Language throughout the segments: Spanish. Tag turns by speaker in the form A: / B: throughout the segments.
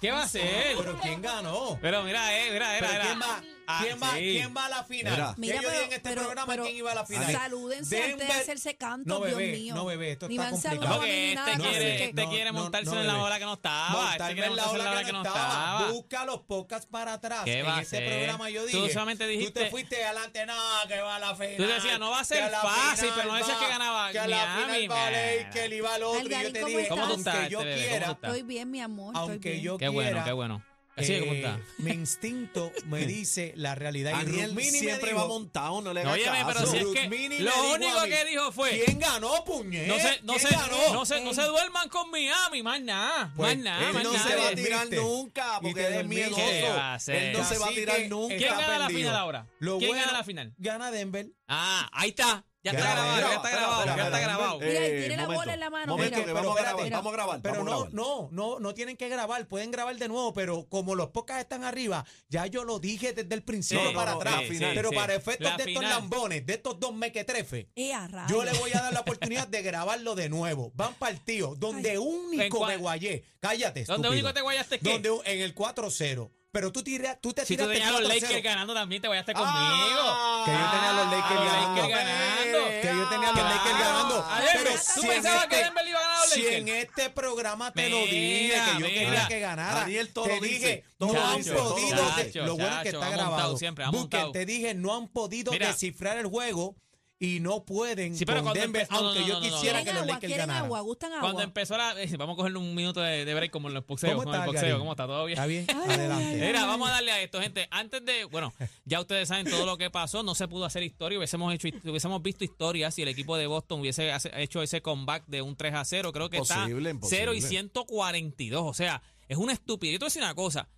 A: ¿Qué va a hacer?
B: Pero ¿quién ganó?
A: Pero mira, eh, mira,
B: Pero
A: mira, mira.
B: ¿quién va?
A: Ah,
B: ¿Quién va,
A: sí.
B: ¿Quién va a la final?
C: Mira.
B: Que
D: Mira,
B: yo
D: pero-
B: dije en este
D: pero-
B: programa
D: pero
B: quién iba a la final.
D: salúdense antes de hacerse cantos,
B: No,
D: Dios
B: bebé,
D: mío.
B: no, bebé, esto
D: Ni
B: está
D: me han
B: complicado.
D: saludado
A: Porque
D: ni
A: este
D: nada.
B: No,
A: quiere,
B: bebé,
D: así
A: este
D: que-
B: no,
A: quiere
B: no,
A: montarse
B: no,
A: en la
B: bebé.
A: ola que no estaba. Este
B: Montarme
A: quiere
B: en la
A: montarse en la
B: ola
A: ola
B: que no
A: estaba.
B: estaba. Busca los podcasts para atrás.
A: ¿Qué
B: en
A: va a
B: este
A: ser?
B: programa yo
A: Tú
B: dije.
A: solamente dijiste-
B: Tú te fuiste adelante, no, que va a la final.
A: Tú decías, no va a ser
B: que la
A: fácil,
B: final
A: pero no decías
B: va-
A: que ganaba
B: Que a la
A: Miami,
B: final va
A: man.
B: Lakers y va el otro. Y
D: Algarín,
B: yo te
D: ¿cómo
B: dije,
D: estás?
B: aunque
A: ¿Cómo tú estás,
B: yo
A: este bebé? ¿Cómo
B: quiera,
A: tú estás?
D: Estoy bien, mi amor. estoy
B: aunque
D: bien.
B: yo
A: Qué bueno,
B: quiera,
A: qué bueno. Así es como
B: eh,
A: está.
B: Mi instinto me dice la realidad. Y
C: Daniel
B: Rukmini me
C: siempre
B: dijo-
C: va montado, no le hagas
A: Óyeme, pero
C: caso.
A: si es
B: Rukmini
A: que
B: me dijo
A: lo
B: a
A: único
B: mí,
A: que dijo fue.
B: ¿Quién ganó, puñet?
A: No se, no,
B: ¿Quién
A: se,
B: ganó?
A: no, se, no se duerman con Miami, más nada.
B: Pues,
A: más nada,
B: él
A: más
C: Él no
A: nada.
C: se va a
B: Dormiste.
C: tirar nunca,
B: Y
C: porque
B: te
C: él es
B: dormiste.
C: miedoso.
A: ¿Qué va a hacer?
C: Él no se va a
B: Así que
C: tirar nunca.
A: ¿Quién
B: está
A: gana la
B: perdido.
A: final ahora?
B: Lo
A: ¿Quién
B: bueno-
A: gana la final?
B: Gana Denver.
A: Ah, ahí está. Ya está
C: Gana,
A: grabado, ya
C: graba,
A: está
C: graba,
A: grabado, ya
C: graba,
A: está
C: graba.
A: grabado.
D: Mira, y tiene la bola en la mano,
C: Momento,
D: mira.
C: que vamos a
D: Pero
C: grabar,
D: espérate.
C: vamos a grabar.
B: Pero
C: vamos a
B: no,
C: grabar.
B: no, no, no tienen que grabar, pueden grabar de nuevo, pero como los podcasts están arriba, ya yo lo dije desde el principio
A: Sí,
B: para
C: no,
B: atrás.
C: la final,
B: pero
A: sí.
B: para efectos
A: La
B: de
A: final.
B: estos lambones, de estos dos mequetrefes,
D: Eh, a rayos.
B: yo le voy a dar la oportunidad de grabarlo de nuevo. Van partidos donde
D: Ay.
A: ¿En
B: único
A: cuál?
B: me guayé. Cállate,
A: ¿Dónde
B: estúpido.
A: único te guayaste es qué?
B: Donde un- en el 4-0. Pero tú, tira- tú te
A: Si tú
B: tiraste
A: tenías a los
B: 4-0.
A: Lakers ganando también, te vayaste conmigo.
B: Ah, que yo tenía a los Lakers
A: Ah, los
B: ganando.
A: ganando.
B: Que yo tenía a los Lakers ganando.
A: Ah, Denver,
B: Pero
A: ¿tú
B: si en
A: pensabas que
B: este-
A: Denver iba a ganar a los
B: Si
A: Lakers?
B: en este programa te lo dije,
A: Mira,
B: que yo
A: mira.
B: quería que ganara.
C: Daniel todo
B: te
C: lo dice,
B: dije,
C: todo
B: no
C: lo
B: han
C: dice, todo
B: podido.
C: lo dice.
B: de- lo bueno es que
A: Chacho,
B: está
A: ha montado
B: grabado.
A: siempre, ha
B: Booker,
A: montado.
B: te dije, no han podido
A: Mira.
B: descifrar el juego y no pueden
A: Sí, pero
B: con
A: cuando
B: Denver,
A: empe- no, no,
B: aunque
A: no,
B: yo
A: no, no,
B: quisiera
A: no.
B: que
D: ¿Quieren
B: los
D: agua?
B: Lakers
D: ¿Quieren
B: ganaran.
D: agua? ¿Gustan agua?
A: Cuando empezó la. eh, Vamos a cogerle un minuto de, de break como en los boxeos.
B: ¿Cómo
A: como en el
B: estás,
A: boxeo,
B: Gabriel?
A: ¿cómo está? ¿Todo bien?
B: Está bien,
D: Ay,
B: adelante.
A: Mira, vamos a darle a esto, gente. Antes de, bueno, ya ustedes saben todo lo que pasó, no se pudo hacer historia, hubiésemos hecho, hubiésemos visto historia si el equipo de Boston hubiese hace- hecho ese comeback de un 3 a 0, creo que
C: Imposible,
A: está 0 y
C: imposible.
A: 142, o sea, es una estupidez. Yo te voy a decir una cosa,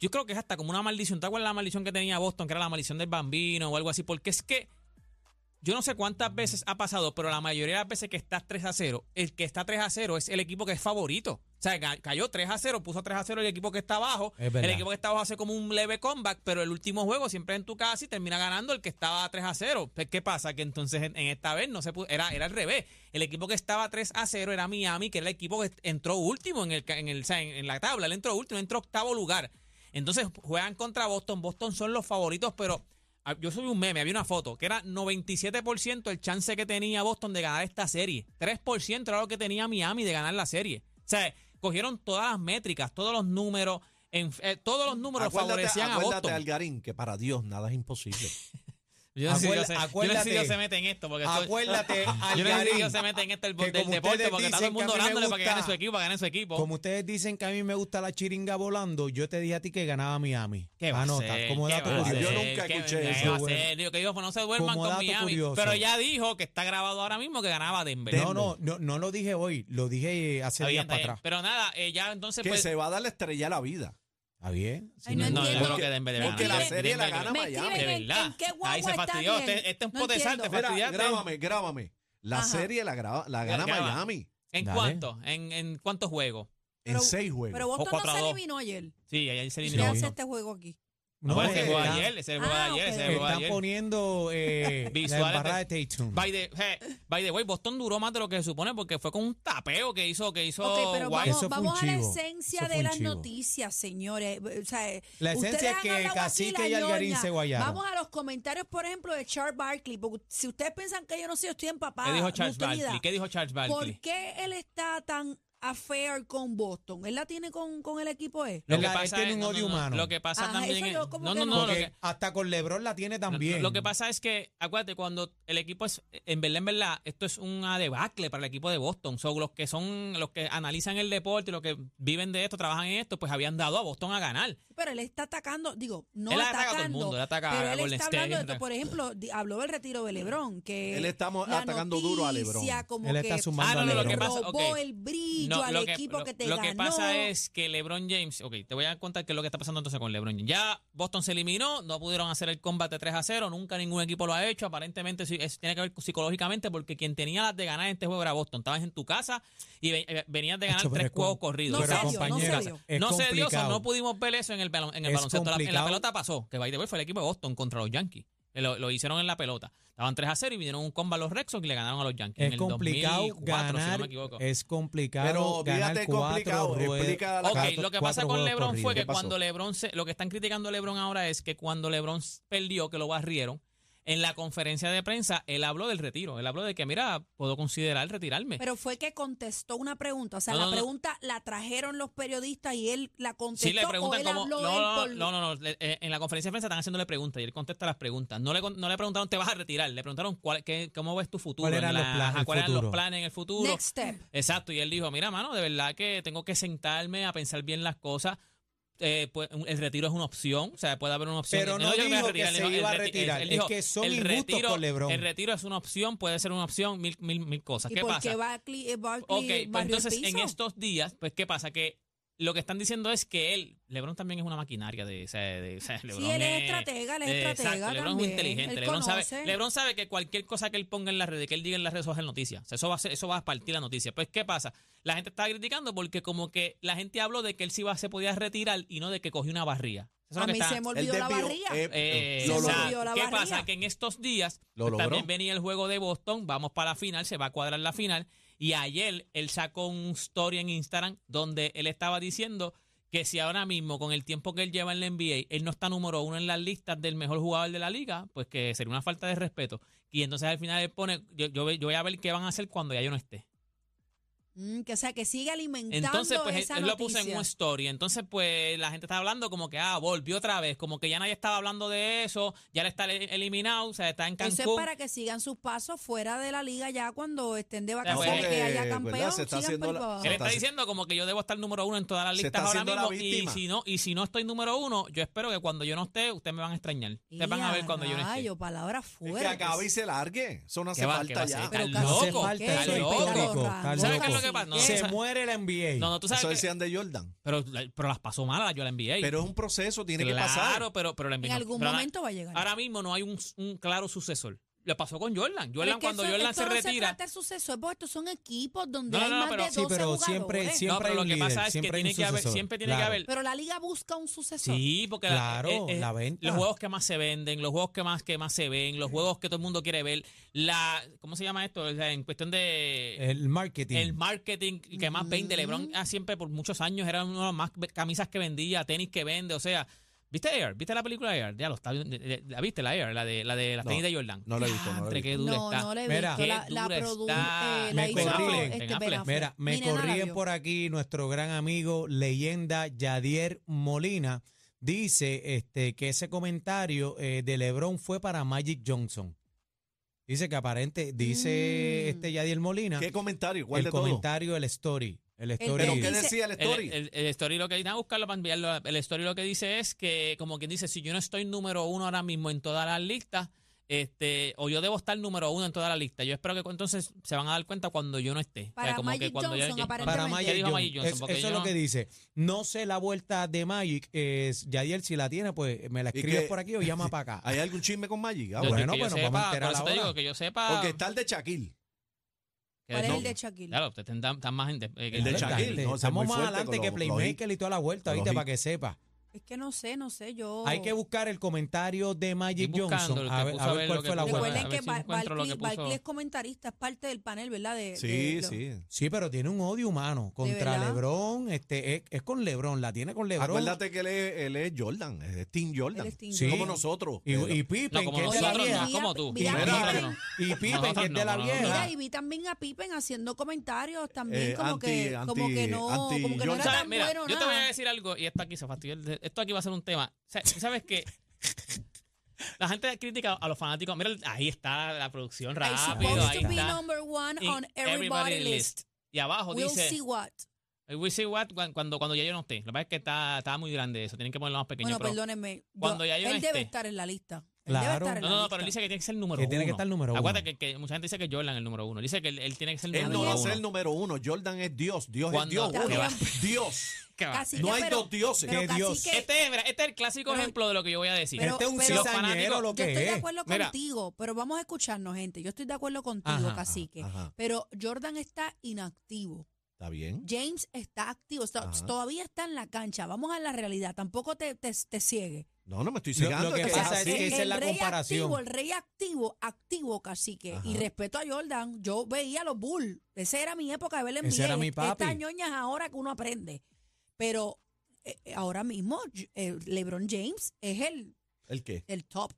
A: yo creo que es hasta como una maldición, ¿te acuerdas la maldición que tenía Boston, que era la maldición del bambino o algo así? Porque es que yo no sé cuántas veces ha pasado, pero la mayoría de las veces que estás 3 a 0, el que está 3 a 0 es el equipo que es favorito. O sea, ca- cayó 3 a 0, puso 3 a 0 el equipo que está abajo.
B: Es verdad.
A: El equipo que está abajo hace como un leve comeback, pero el último juego siempre es en tu casa y termina ganando el que estaba 3 a 0. Pues, ¿Qué pasa? Que entonces en, en esta vez no se pudo, era, era al revés. El equipo que estaba 3 a 0 era Miami, que era el equipo que entró último en, el, ca- en, el, o sea, en- en la tabla. Él entró último, entró octavo lugar. Entonces juegan contra Boston. Boston son los favoritos, pero ah, yo subí un meme, había una foto, que era 97% el chance que tenía Boston de ganar esta serie. 3% era lo que tenía Miami de ganar la serie. O sea, cogieron todas las métricas, todos los números, en- eh, todos los números favorecían a
C: acuérdate
A: Boston.
C: Algarín, que para Dios nada es imposible.
A: Yo no sé si Dios
B: Acuérdate-
A: se- yo no sé si
B: acuérdate-
A: Dios se mete en esto, porque esto-
B: Acuérdate,
A: yo no sé si
B: Algarín,
A: Dios se mete en esto el,
B: que
A: del
B: como
A: deporte,
B: ustedes
A: porque está todo el
B: dicen que a
A: mundo
B: mí me
A: orándole para que gane
B: gusta-
A: su equipo, para que gane su equipo.
B: Como ustedes dicen que a mí me gusta la chiringa volando, yo te dije a ti que ganaba Miami.
A: ¿Qué va
B: Anota,
A: a ser?
B: como
A: ¿Qué
B: dato
A: va a
B: curioso.
C: Yo
A: ser?
C: nunca
A: ¿Qué-
C: escuché
A: qué
C: eso,
A: va a
B: güey.
A: ser? Digo que digo, pues no se duerman
B: Como
A: con
B: dato
A: Miami.
B: curioso.
A: Pero ya dijo que está grabado ahora mismo que ganaba Denver.
B: No, no, no, no lo dije hoy, lo dije hace
A: Está bien,
B: días
A: está
B: para
A: bien.
B: atrás.
A: Pero nada, eh, ya entonces
C: que
A: pues,
C: se va a dar la estrella a la vida.
B: ¿Está bien? Si
D: Ay, no
A: no, yo
D: entiendo.
A: creo que Denver debe
D: Porque
A: ganar.
D: la
C: serie la
A: Denver
C: gana
A: debe-
D: me
C: Miami.
D: escriben
A: De
D: en,
A: verdad.
D: en qué guagua
A: Ahí se
D: está
A: fastidió.
D: bien.
A: Este- este es
D: No
A: potesante,
D: entiendo.
C: Mira,
A: fastidiate.
C: grábame, grábame. La
D: Ajá.
C: serie la, gra- la gana
A: Graba.
C: Miami
A: ¿En
B: Dale.
A: cuánto? ¿En, en cuántos juegos?
C: en
D: Pero-
C: seis juegos.
D: Pero
A: O
D: Boston
A: cuatro
D: no
A: a
D: se
A: dos.
D: eliminó ayer.
A: Sí, ayer se
D: ¿Qué
A: eliminó.
D: hace
A: Boston.
D: este juego aquí?
A: No,
B: No,
A: pero ese
B: eh,
A: jugó
B: están-
A: ayer, ese jugó
D: Ah,
A: ayer,
D: ok.
A: ese jugó
B: Están
A: ayer.
B: poniendo eh, la
A: Visuales
B: embarrada de
A: de-
B: Stay Tuned.
A: By the, eh, by the way, Boston duró más de lo que se supone porque fue con un tapeo que hizo, que hizo
D: Ok, pero
A: White.
D: vamos,
B: Eso fue un
D: vamos a la
B: chivo.
D: esencia
B: Eso fue
D: de
B: un
D: las
B: chivo.
D: noticias, señores. O sea, eh,
B: La esencia
D: ustedes
B: es
D: han
B: que
D: hablado aquí
B: Cacique
D: la
B: y Algarín
D: ñoña.
B: se guayaron.
D: Vamos a los comentarios, por ejemplo, de Charles Barkley. Porque si ustedes piensan que yo no sé, yo estoy empapada.
A: ¿Qué dijo Charles
D: nutrida.
A: Barkley? ¿Qué dijo Charles Barkley?
D: ¿Por qué él está tan affair con Boston? ¿Él la tiene con, con el equipo E?
B: Él- él tiene un
A: no,
B: odio
A: no, no,
B: humano.
A: Lo que pasa
D: Ajá,
A: también
D: eso
A: es-
D: yo como
A: no,
D: que
A: no,
D: no.
A: no, lo
B: Porque
A: que,
B: hasta con LeBron la tiene también.
A: Lo que pasa es que, acuérdate, cuando el equipo es, en verdad, en verdad, esto es una debacle para el equipo de Boston. So, los que son, los que analizan el deporte, los que viven de esto, trabajan en esto, pues habían dado a Boston a ganar.
D: Pero él está atacando, digo, no
A: Él ataca a
D: atacando.
A: todo el mundo, él ataca
D: pero
A: a
D: él
A: Golden
D: está
A: State,
D: hablando de
A: ataca-
D: esto. Por ejemplo, di- habló del retiro de Lebron, que
C: Él está mo-
D: la
C: atacando duro a LeBron.
D: noticia Como
B: Él está
D: que
B: sumando
A: Ah, no, no, lo
B: a
A: que
B: LeBron.
A: pasa-
D: robó
A: ok.
D: el brillo
A: No,
D: al
A: lo que-
D: equipo
A: lo-
D: que te
A: Lo
D: ganó.
A: que pasa es que LeBron James, ok, te voy a contar qué es lo que está pasando entonces con LeBron James. Ya Boston se eliminó, no pudieron hacer el combate 3 a 0, nunca ningún equipo lo ha hecho, aparentemente sí, es- tiene que ver psicológicamente porque quien tenía las de ganar en este juego era Boston, estabas en tu casa y ve- eh, venías de ganar
B: Hacho, pero
A: tres
B: es com-
A: juegos corridos.
D: No
B: pero
D: se dio, no
A: Estabas en tu
D: se
B: compañera,
A: casa.
D: dio.
B: es
A: No se dio, o sea,
B: complicado.
A: no pudimos ver eso en el, balon- en el
B: Es
A: baloncesto. La- en la
B: complicado.
A: pelota pasó, que by the way fue el equipo de Boston contra los Yankees. Eh, Lo, lo hicieron en la pelota. Estaban 3 a 0 y vinieron un combo a los Red Sox y le ganaron a los Yankees. en
B: Es
A: el
B: complicado
A: 2004, si
B: ganar. eh,
A: no me equivoco.
B: Es complicado
C: Pero
B: ganar
C: fíjate
B: cuatro
C: complicado,
B: ruedas-
C: explica la
A: Ok,
C: cuatro-
A: lo que
B: cuatro
A: pasa con
B: juegos
A: LeBron fue
B: corridos.
A: que
C: ¿Qué pasó?
A: cuando LeBron se, lo que están criticando a LeBron ahora es que cuando LeBron s- perdió, que lo barrieron, en la conferencia de prensa él habló del retiro, él habló de que mira, puedo considerar retirarme.
D: Pero fue que contestó una pregunta. O sea,
A: No,
D: la
A: no, no.
D: pregunta la trajeron los periodistas y él la contestó.
A: Sí, le
D: o
A: preguntan
D: él
A: cómo.
D: habló
A: No,
D: él
A: no,
D: por-
A: no, no, no, le- eh, En la conferencia de prensa están haciéndole preguntas y él contesta las preguntas. No le, con- no le preguntaron, ¿te vas a retirar? Le preguntaron, cuál, qué- ¿cómo ves tu futuro?
B: ¿Cuáles eran
A: en
B: los planes,
A: ajá,
B: el
A: ¿Cuáles eran los
B: futuro?
A: planes en el futuro?
D: Next step.
A: Exacto, y él dijo, mira, mano, de verdad que tengo que sentarme a pensar bien las cosas. Eh, pues, un- el retiro es una opción, o sea, puede haber una opción.
B: Pero
A: Él
B: no
A: yo me voy
B: dijo que
A: retirar,
B: se
A: él dijo,
B: iba a
A: el reti-
B: retirar,
A: él
B: es que son
A: el
B: injustos
A: retiro-
B: con LeBron.
A: El retiro es una opción, puede ser una opción, mil, mil, mil cosas.
D: ¿Y
A: ¿Qué
D: por
A: pasa?
D: qué Barkley, eh, Barkley
A: Ok, pues
D: barrió el
A: entonces en
D: piso?
A: estos días, pues ¿qué pasa? Que lo que están diciendo es que él, LeBron también es una maquinaria de... o sea, de- o sea, LeBron
D: él es estratega, él es
A: eh,
D: estratega
A: exacto,
D: también,
A: LeBron es muy inteligente.
D: él
A: LeBron
D: conoce.
A: sabe, LeBron sabe que cualquier cosa que él ponga en la red, que él diga en las redes sociales es noticia. O sea, eso va a, ser- eso va a partir la noticia. Pues ¿qué pasa? La gente estaba criticando porque como que la gente habló de que él sí iba, se podía retirar y no de que cogió una barría. Eso es lo
D: A
A: que
D: mí
A: está-
D: se me
C: Él
D: olvidó la
C: desvió,
D: barriga.
C: eh,
A: eh,
C: lo
A: o sea,
C: logró.
D: volvió la
A: ¿Qué
D: barriga.
A: pasa? Que en estos días
C: Lo
A: pues,
C: logró.
A: también venía el juego de Boston, vamos para la final, se va a cuadrar la final. Y ayer él sacó un story en Instagram donde él estaba diciendo que si ahora mismo, con el tiempo que él lleva en la NBA, él no está número uno en las listas del mejor jugador de la liga, pues que sería una falta de respeto. Y entonces al final él pone, yo, yo, ve- yo voy a ver qué van a hacer cuando ya yo no esté.
D: Mm, que, o sea, que sigue alimentando
A: Entonces, pues él,
D: esa
A: él lo puso en
D: noticia.
A: un story. Entonces, pues la gente está hablando como que, ah, volvió otra vez, como que ya nadie estaba hablando de eso, ya le está el- eliminado, o sea, está en
D: Eso es
A: Cancún.
D: para que sigan sus pasos fuera de la liga ya cuando estén de
A: pues,
D: vacaciones, que haya
C: eh,
D: campeón,
C: ¿verdad? Se está
D: sigan
C: haciendo
D: por
C: la-
D: ahí para abajo.
C: se
A: Él está
C: Está-
A: diciendo como que yo debo estar número uno en todas las
C: Se
A: listas
C: está
A: ahora
C: haciendo la
A: mismo. Y
C: víctima.
A: si no, y si no estoy número uno, yo espero que cuando yo no esté, ustedes me van a extrañar. Ustedes van a ver cuando yo no esté.
D: Rayo, palabras
C: Es
D: fuertes.
C: que acabe y se largue. Eso no hace
A: ¿Qué va- qué va
C: falta
A: a
C: ya.
A: hacer?
C: Pero
A: Pero
D: Pero
A: Está
B: No hace
A: loco,
B: falta,
A: está
B: eso es
A: loco.
B: hipócrico, está
A: ¿Sabes qué
B: loco.
A: es lo que pasa? No,
B: se
A: o sea-
B: muere la NBA.
A: No, no, tú
C: Eso
A: sabes. que-
C: decían de Jordan.
A: pero, la- pero las pasó mal a la NBA.
C: Pero es un proceso, tiene que pasar.
A: claro, pues, pero, pero la NBA
D: En
A: no-
D: algún
A: pero la-
D: momento va a llegar.
A: Ahora mismo no hay un, un claro sucesor. Lo pasó con
D: Pero
A: Jordan.
D: es
A: Jordan,
D: que
A: cuando
D: eso-
A: Jordan
D: esto
A: se
D: no
A: retira.
D: trata de suceso, es porque estos son equipos donde
A: No,
D: hay
A: no, no,
D: más
A: pero-
D: de 12
A: Sí,
B: pero siempre-
D: jugadores.
B: siempre-
A: no, pero
B: hay
A: lo
B: un
A: que
B: líder,
A: pasa es que
B: siempre hay un
A: tiene que haber,
B: sucesor,
A: siempre tiene
B: claro.
A: que haber
D: Pero la liga busca un sucesor.
A: Sí, porque eh,
B: Claro, la venta.
A: Los juegos que más se venden, los juegos que más que más se ven, los juegos que todo el mundo quiere ver, la ¿cómo se llama esto? O sea, en cuestión de
B: El marketing.
A: el marketing que más
D: Mm.
A: vende LeBron ah, siempre por muchos años era uno de los más ve- camisas que vendía, tenis que vende, o sea, ¿viste Air? ¿Viste la película Air? Ya lo está la viste la Air, la de la de las
C: No,
A: tenis de Jordan.
C: no la he visto, no la he
A: Diantre, qué dura
D: No,
A: está.
D: no le he
B: Mira.
D: visto la,
A: Qué
D: la
A: dura
D: produ-
A: está.
D: eh, la
B: Me
D: hizo
B: corrigen.
D: este,
A: Ben
D: Ben
A: Affleck.
D: Affleck.
B: Mira, me
D: Ni nena la
B: corrigen
D: vio.
B: por aquí nuestro gran amigo, leyenda Yadier Molina. Dice este, que ese comentario eh, de LeBron fue para Magic Johnson. Dice que aparente, dice
D: Mm.
B: este Yadier Molina,
C: ¿Qué comentario? ¿Cuál
B: el
C: de todo?
B: comentario, el story. El story.
C: ¿Pero
D: Él
C: qué
D: dice-
C: decía el story?
A: El, el- el story lo que dice, a buscarlo para enviarlo. a- El story lo que dice es que, como quien dice, si yo no estoy número uno ahora mismo en todas las listas, este, o yo debo estar número uno en todas las listas. Yo espero que cu- entonces se van a dar cuenta cuando yo no esté. O sea,
D: Para
A: como que
D: Magic
A: cuando yo-
D: Johnson,
A: yo-
D: aparentemente.
B: para
D: ¿Qué
B: Magic,
A: dijo
B: Johnson.
A: Magic Johnson?
B: Es-
A: Porque
B: eso
A: yo
B: es lo
A: no-
B: que dice. No sé la vuelta de Magic. Es, Yadier, si la tiene, pues me la
C: ¿Y
B: escribes
C: qué?
B: por aquí o llama para acá.
C: ¿Hay algún chisme con Magic? Ah, bueno.
A: yo-
B: bueno,
A: que yo
B: pero nos vamos a
A: sepa,
B: enterar
A: por eso te
B: ahora.
A: digo ah. que yo sepa.
C: Porque está el de Shaquille.
A: que
D: ¿Cuál es
A: no-
D: el de Shaquille?
A: Claro, ustedes están están más gente. eh, que-
C: El de
B: Claro,
C: Shaquille,
B: está,
C: no, ese es
B: Estamos
C: muy
B: más
C: fuerte
B: adelante
C: con
B: que
C: los- los
B: Playmaker y toda la vuelta,
C: Con los
B: ¿viste?
C: hits.
B: Para que sepa.
D: Es que no sé, no sé, yo...
B: Hay que buscar el comentario de Magic
A: Oh. Estoy buscando
B: Johnson
A: lo
B: a
A: que
B: ver,
A: puso
B: a
A: a
B: ver
A: ver
B: cuál
A: lo que
B: fue la
A: puso.
B: vuelta.
D: Recuerden
A: a ver
D: que
A: si
D: Ba-
A: encuentro lo que
D: Barkley
A: puso.
D: Barkley es comentarista, es parte del panel, ¿verdad? De- de
C: Sí,
D: Eh, lo-
C: sí.
B: Sí, pero tiene un odio humano contra
D: verdad?
B: LeBron. Este, es, es con LeBron, la tiene con LeBron.
C: Acuérdate que él es, él es Jordan, es Team Jordan.
D: Él es Team
B: Sí.
C: Como
D: Jordan.
C: nosotros.
B: Y,
C: Pero-
B: y
A: No,
B: Pippen,
A: como
B: que es de la
A: nosotros,
B: vieja.
A: no, como tú.
D: Mira,
B: Y
C: mira,
B: Pippen-
A: no.
B: Y Pippen, que
A: Nosotros
B: es de la
A: no, no, no.
B: vieja.
D: Mira, y vi también a Pippen haciendo comentarios también
C: Eh,
D: como
C: anti-
D: que como
C: anti-
D: que no,
C: anti-
D: como que no
C: yo-
D: era
C: ¿sabes?
D: tan
A: Mira,
D: bueno
A: yo te voy a
D: nada.
A: decir algo, y esto aquí se fastidió. el de- Esto aquí va a ser un tema. Sa- ¿Sabes qué? La gente critica a los fanáticos. Mira, ahí está la producción
D: I
A: rápido.
D: supposed
A: Ahí
D: to be
A: está.
D: number one
A: Y
D: on everybody list.
A: Y abajo
D: We'll
A: dice.
D: see what.
A: El We See What cuan- cuando, cuando ya yo no esté. Lo que pasa es que está, está muy grande eso. Tienen que ponerlo más pequeño.
D: Bueno,
A: pero-
D: perdónenme. yo-
A: cuando ya yo
D: él
A: no
D: debe
A: esté.
D: estar en la lista. Él
B: Claro.
D: debe estar en
A: no,
D: la
A: no, no,
D: lista.
A: pero él dice que tiene que ser el número
B: Que
A: uno.
B: Este tiene que estar el número uno.
A: Acuérdate que, que mucha gente dice que Jordan es el número uno. Dice que él, él tiene que ser el
C: Él
A: número
C: no va a
A: uno.
C: ser el número uno. Jordan es Dios. Dios es
A: Cuando-
C: Dios.
A: Está
C: uno.
D: bien.
C: Dios.
A: Que va.
D: Cacique,
C: No hay
D: pero-
C: dos dioses.
D: pero
B: Que Dios.
D: cacique,
A: Este es, mira, este es el clásico
D: Pero-
A: ejemplo de lo que yo voy a decir.
D: pero-
B: este es un
D: pero-
B: cizañero lo
D: Yo
B: que
D: estoy de
B: es.
D: acuerdo
A: Mira.
D: contigo, pero vamos a escucharnos, gente. Yo estoy de acuerdo contigo,
B: Ajá,
D: Cacique.
C: Ah, ajá.
D: Pero Jordan está inactivo.
C: Está bien.
D: James está activo. está-
C: Ajá.
D: todavía está en la cancha. Vamos a la realidad. Tampoco te, te, te ciegue.
C: No, no me estoy
B: Lo- lo
C: cegando.
B: que
C: es
B: pasa es
C: así.
B: que esa es la
D: rey
B: comparación.
D: activo, el rey activo, activo, Cacique. Y
C: Ajá.
D: respeto a Jordan. Yo veía los Bulls. Esa era mi época de verle en
B: Ese era mi papi.
D: Estas ñoñas ahora que uno aprende. Pero eh, ahora mismo, eh, LeBron James es el,
C: ¿El qué?
D: el top.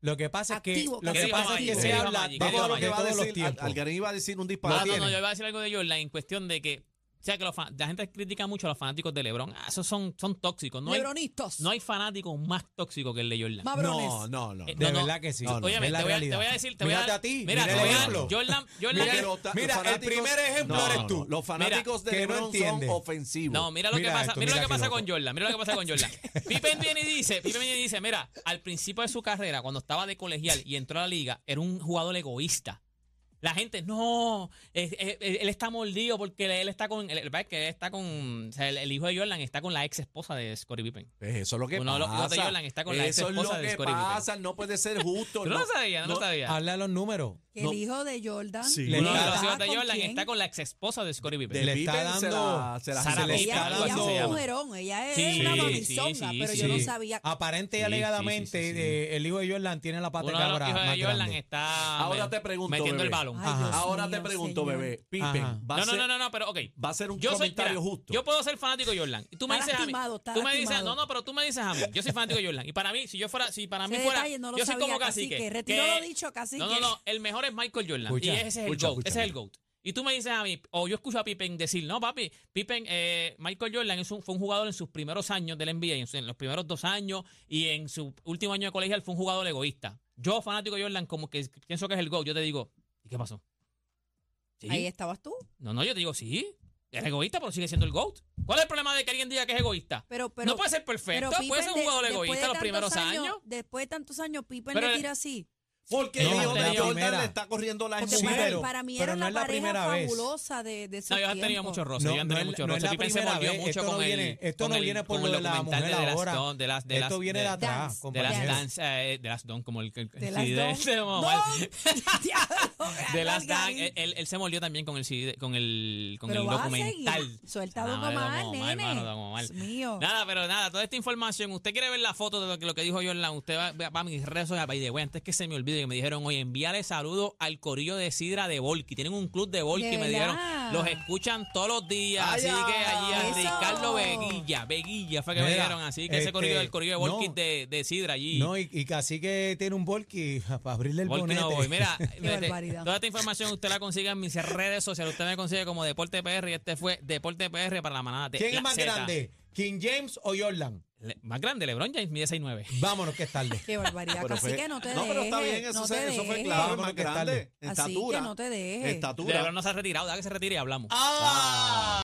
B: Lo que pasa es que,
D: Activo,
B: lo
A: que
B: que,
A: diga
B: pasa es
A: Magic,
B: que
A: que
B: se
A: diga
B: habla de
A: Magic,
C: Vamos a lo
B: todo-
A: Vamos,
B: de
C: que va a
B: todos los
C: decir. Al-
B: tiempos.
C: Algarín iba a decir un
A: Ah,
C: disparate.
A: no, no, yo iba a decir algo de Jordan en cuestión de que, o sea, que los fan- la gente critica mucho a los fanáticos de LeBron. Ah, esos son, son tóxicos. No hay,
D: Lebronistas.
A: no hay fanático más tóxico que el de Jordan.
D: Mabrones.
C: no, no, no.
A: Eh,
B: De
A: No, no.
B: verdad que sí.
C: No, no,
B: es
A: Oye, te,
B: la
A: voy a- te
B: realidad.
A: voy a decir, te voy a
B: Mírate
A: dar-
B: a ti,
A: mira,
B: mira
A: te
B: el
A: voy a-
B: ejemplo.
A: Jordan, Jordan
B: Mira
A: es-
B: que-
C: los ta-
B: mira,
C: los
B: el
C: fanáticos-
B: primer ejemplo
C: No,
B: eres
C: no,
B: tú.
C: no, Los fanáticos
B: que
C: de
B: no
C: LeBron son
B: entiende.
C: ofensivos.
A: No, mira lo
B: Mira
A: que pasa,
B: esto,
A: mira, lo
B: mira
A: que
B: qué
A: pasa
B: loco.
A: con Jordan, mira lo que pasa con Jordan. Pippen viene y dice, Pippen viene y dice, mira, al principio de su carrera, cuando estaba de colegial y entró a la liga, era un jugador egoísta. La gente, no, es- es- él, está mordido porque él está con, el, el- es que él está con, o sea, el, el hijo de Jordan está con la ex esposa de Scottie Pippen.
C: Pues eso es lo que
A: Uno de los- los de
C: pasa.
A: Jordan está con la
C: Eso es lo
A: exesposa de
C: que
A: Scottie Pippen.
C: pasa. No puede ser justo.
A: Tú no, lo sabías, no, lo sabías.
B: Habla los números.
D: Que
C: No.
D: el hijo de Jordan.
C: Sí.
B: Le
A: Uno de
B: está-
A: los hijos de
D: ¿con
A: Jordan
D: quién?
A: está con la ex esposa de Scottie Pippen.
C: De
B: Le está
C: Pippen se
B: dando-
C: la- se la-
B: se
C: se
B: la
C: le
B: está
D: Ella,
B: dando-
D: ella es
A: se
D: un
A: llama.
D: mujerón, ella es
A: Sí,
D: una
A: sí,
D: mamizonga,
A: sí,
D: pero
A: sí,
D: yo no
A: sí.
D: sabía.
B: Aparente y
A: Sí, sí, sí,
B: alegadamente,
A: sí, sí.
B: eh, el hijo de Jordan tiene la pata
A: Uno de los
B: cabra
A: hijos de
B: más
A: Jordan
B: grande.
A: está
C: Ahora
A: me-
C: te pregunto,
A: metiendo el
C: bebé.
A: balón.
D: Ay, Dios
C: Ahora te
D: mío,
C: pregunto,
D: señor.
C: bebé. Pippen,
B: Ajá.
C: va a
A: no,
C: ser-
A: no, no, no, pero ok.
C: va a ser un
A: soy-
C: comentario
A: mira,
C: justo.
A: Yo puedo ser fanático de Jordan. Y tú me
D: Está
A: dices a mí.
D: lastimado, está
A: tú me dices,
D: lastimado.
A: no, no, pero tú me dices a mí. Yo soy fanático de Jordan. Y para mí, si yo fuera, si para mí
D: Ese
A: fuera.
D: detalle no lo
A: yo soy
D: sabía,
A: como cacique.
D: cacique.
A: que-
D: Retiro lo dicho, cacique.
A: No, no, no. El mejor es Michael Jordan.
B: Escucha,
A: y ese es el
C: escucha,
A: GOAT.
C: escucha,
A: Ese es el
C: mira.
A: GOAT. Y tú me dices a mí, o yo escucho a Pippen decir, no, papi, Pippen, eh, Michael Jordan es un- fue un jugador en sus primeros años del NBA, en, su- en los primeros dos años y en su último año de colegial fue un jugador egoísta. Yo, fanático de Jordan, como que pienso que es el GOAT, yo te digo, ¿y qué pasó? ¿Sí?
D: Ahí estabas tú.
A: No, no, yo te digo, sí. Es egoísta, pero sigue siendo el GOAT. ¿Cuál es el problema de que alguien diga que es egoísta?
D: Pero, pero,
A: no puede ser perfecto,
D: pero
A: puede
D: Pippen
A: ser
D: de-
A: un jugador
D: después de
A: egoísta los
D: tantos
A: primeros años.
D: Después de tantos años, Pippen
A: Pero-
D: le tira así.
C: Porque
B: No,
C: el hijo
A: la
C: de Jordan
B: primera.
C: le está corriendo la
D: Porque
B: Sí,
D: para,
B: pero-
D: para mí
B: pero
D: era
B: no
D: una
B: es la
D: pareja
B: primera vez.
D: fabulosa de, de esos
A: No, yo he tenido
D: tiempos.
A: muchos roces, yo he tenido
B: es-
A: muchos
B: es
A: roces.
B: la
A: Pippen se
B: primera
A: volvió
B: vez.
A: mucho
B: esto
A: con
B: no viene,
A: el
B: esto
A: con
B: no
A: el-
B: viene por
A: con
B: lo de
A: el
B: la
A: documental
B: mujer
A: de las
B: ahora.
A: Don- de las de
B: esto
A: las-
B: viene de,
A: de-
B: atrás,
D: Dance.
A: de las
B: compañeros.
A: dance, eh, de las don, como el, el- el
D: De
A: CD de-
D: las
A: se
D: Don.
A: llamaba mal.
D: Diablo,
A: De las eh,
D: Algarín.
A: Dance, él, él- él se mordió también con el CD, con el, con
D: Pero
A: el
D: vas a
A: documental.
D: seguir. Suelta
A: Ah,
D: Don
A: de
D: Omar, nene.
A: hermano, Don Omar.
D: Dios mío.
A: Nada, pero nada, toda esta información, usted quiere ver la foto de lo que, lo que dijo Jordan, usted va, va- va a mis redes sociales, by the way, antes que se me olvide que me dijeron, oye, envíale saludos al corillo de Sidra de Volky, tienen un club de Volky,
D: De
A: me dijeron,
D: verdad.
A: los escuchan todos los días,
C: Ay,
A: así que allí a
D: eso.
A: Ricardo Veguilla, Veguilla fue que me
B: Mira,
A: dijeron, así que ese
B: este,
A: corillo del corillo de Volky
B: no.
A: de, de Sidra allí.
B: No, y, y casi que tiene un volky para abrirle el
A: Porque
B: bonete.
A: no voy. Mira, desde-
D: barbaridad.
A: toda esta información usted la consigue en mis redes sociales. Usted me consigue como Deporte PR y este fue Deporte PR para la manada. de
B: ¿Quién
A: la
B: es más
A: Z.
B: grande? ¿King James o Jordan?
A: Le- más grande, LeBron James mide 6'9".
B: Vámonos que es tarde.
D: Qué barbaridad.
C: Pero
D: Así
C: fue-
D: que no te
C: No, pero está
D: dejes,
C: bien, eso,
D: no
C: se-
D: te
C: eso fue
D: dejes.
C: claro, es
B: Vamos
C: más
B: que tarde.
C: grande. En
D: Así que
C: estatura.
D: no te dejes.
C: Estatura.
A: LeBron no se ha retirado, da que se retire y hablamos.
B: ¡Ah!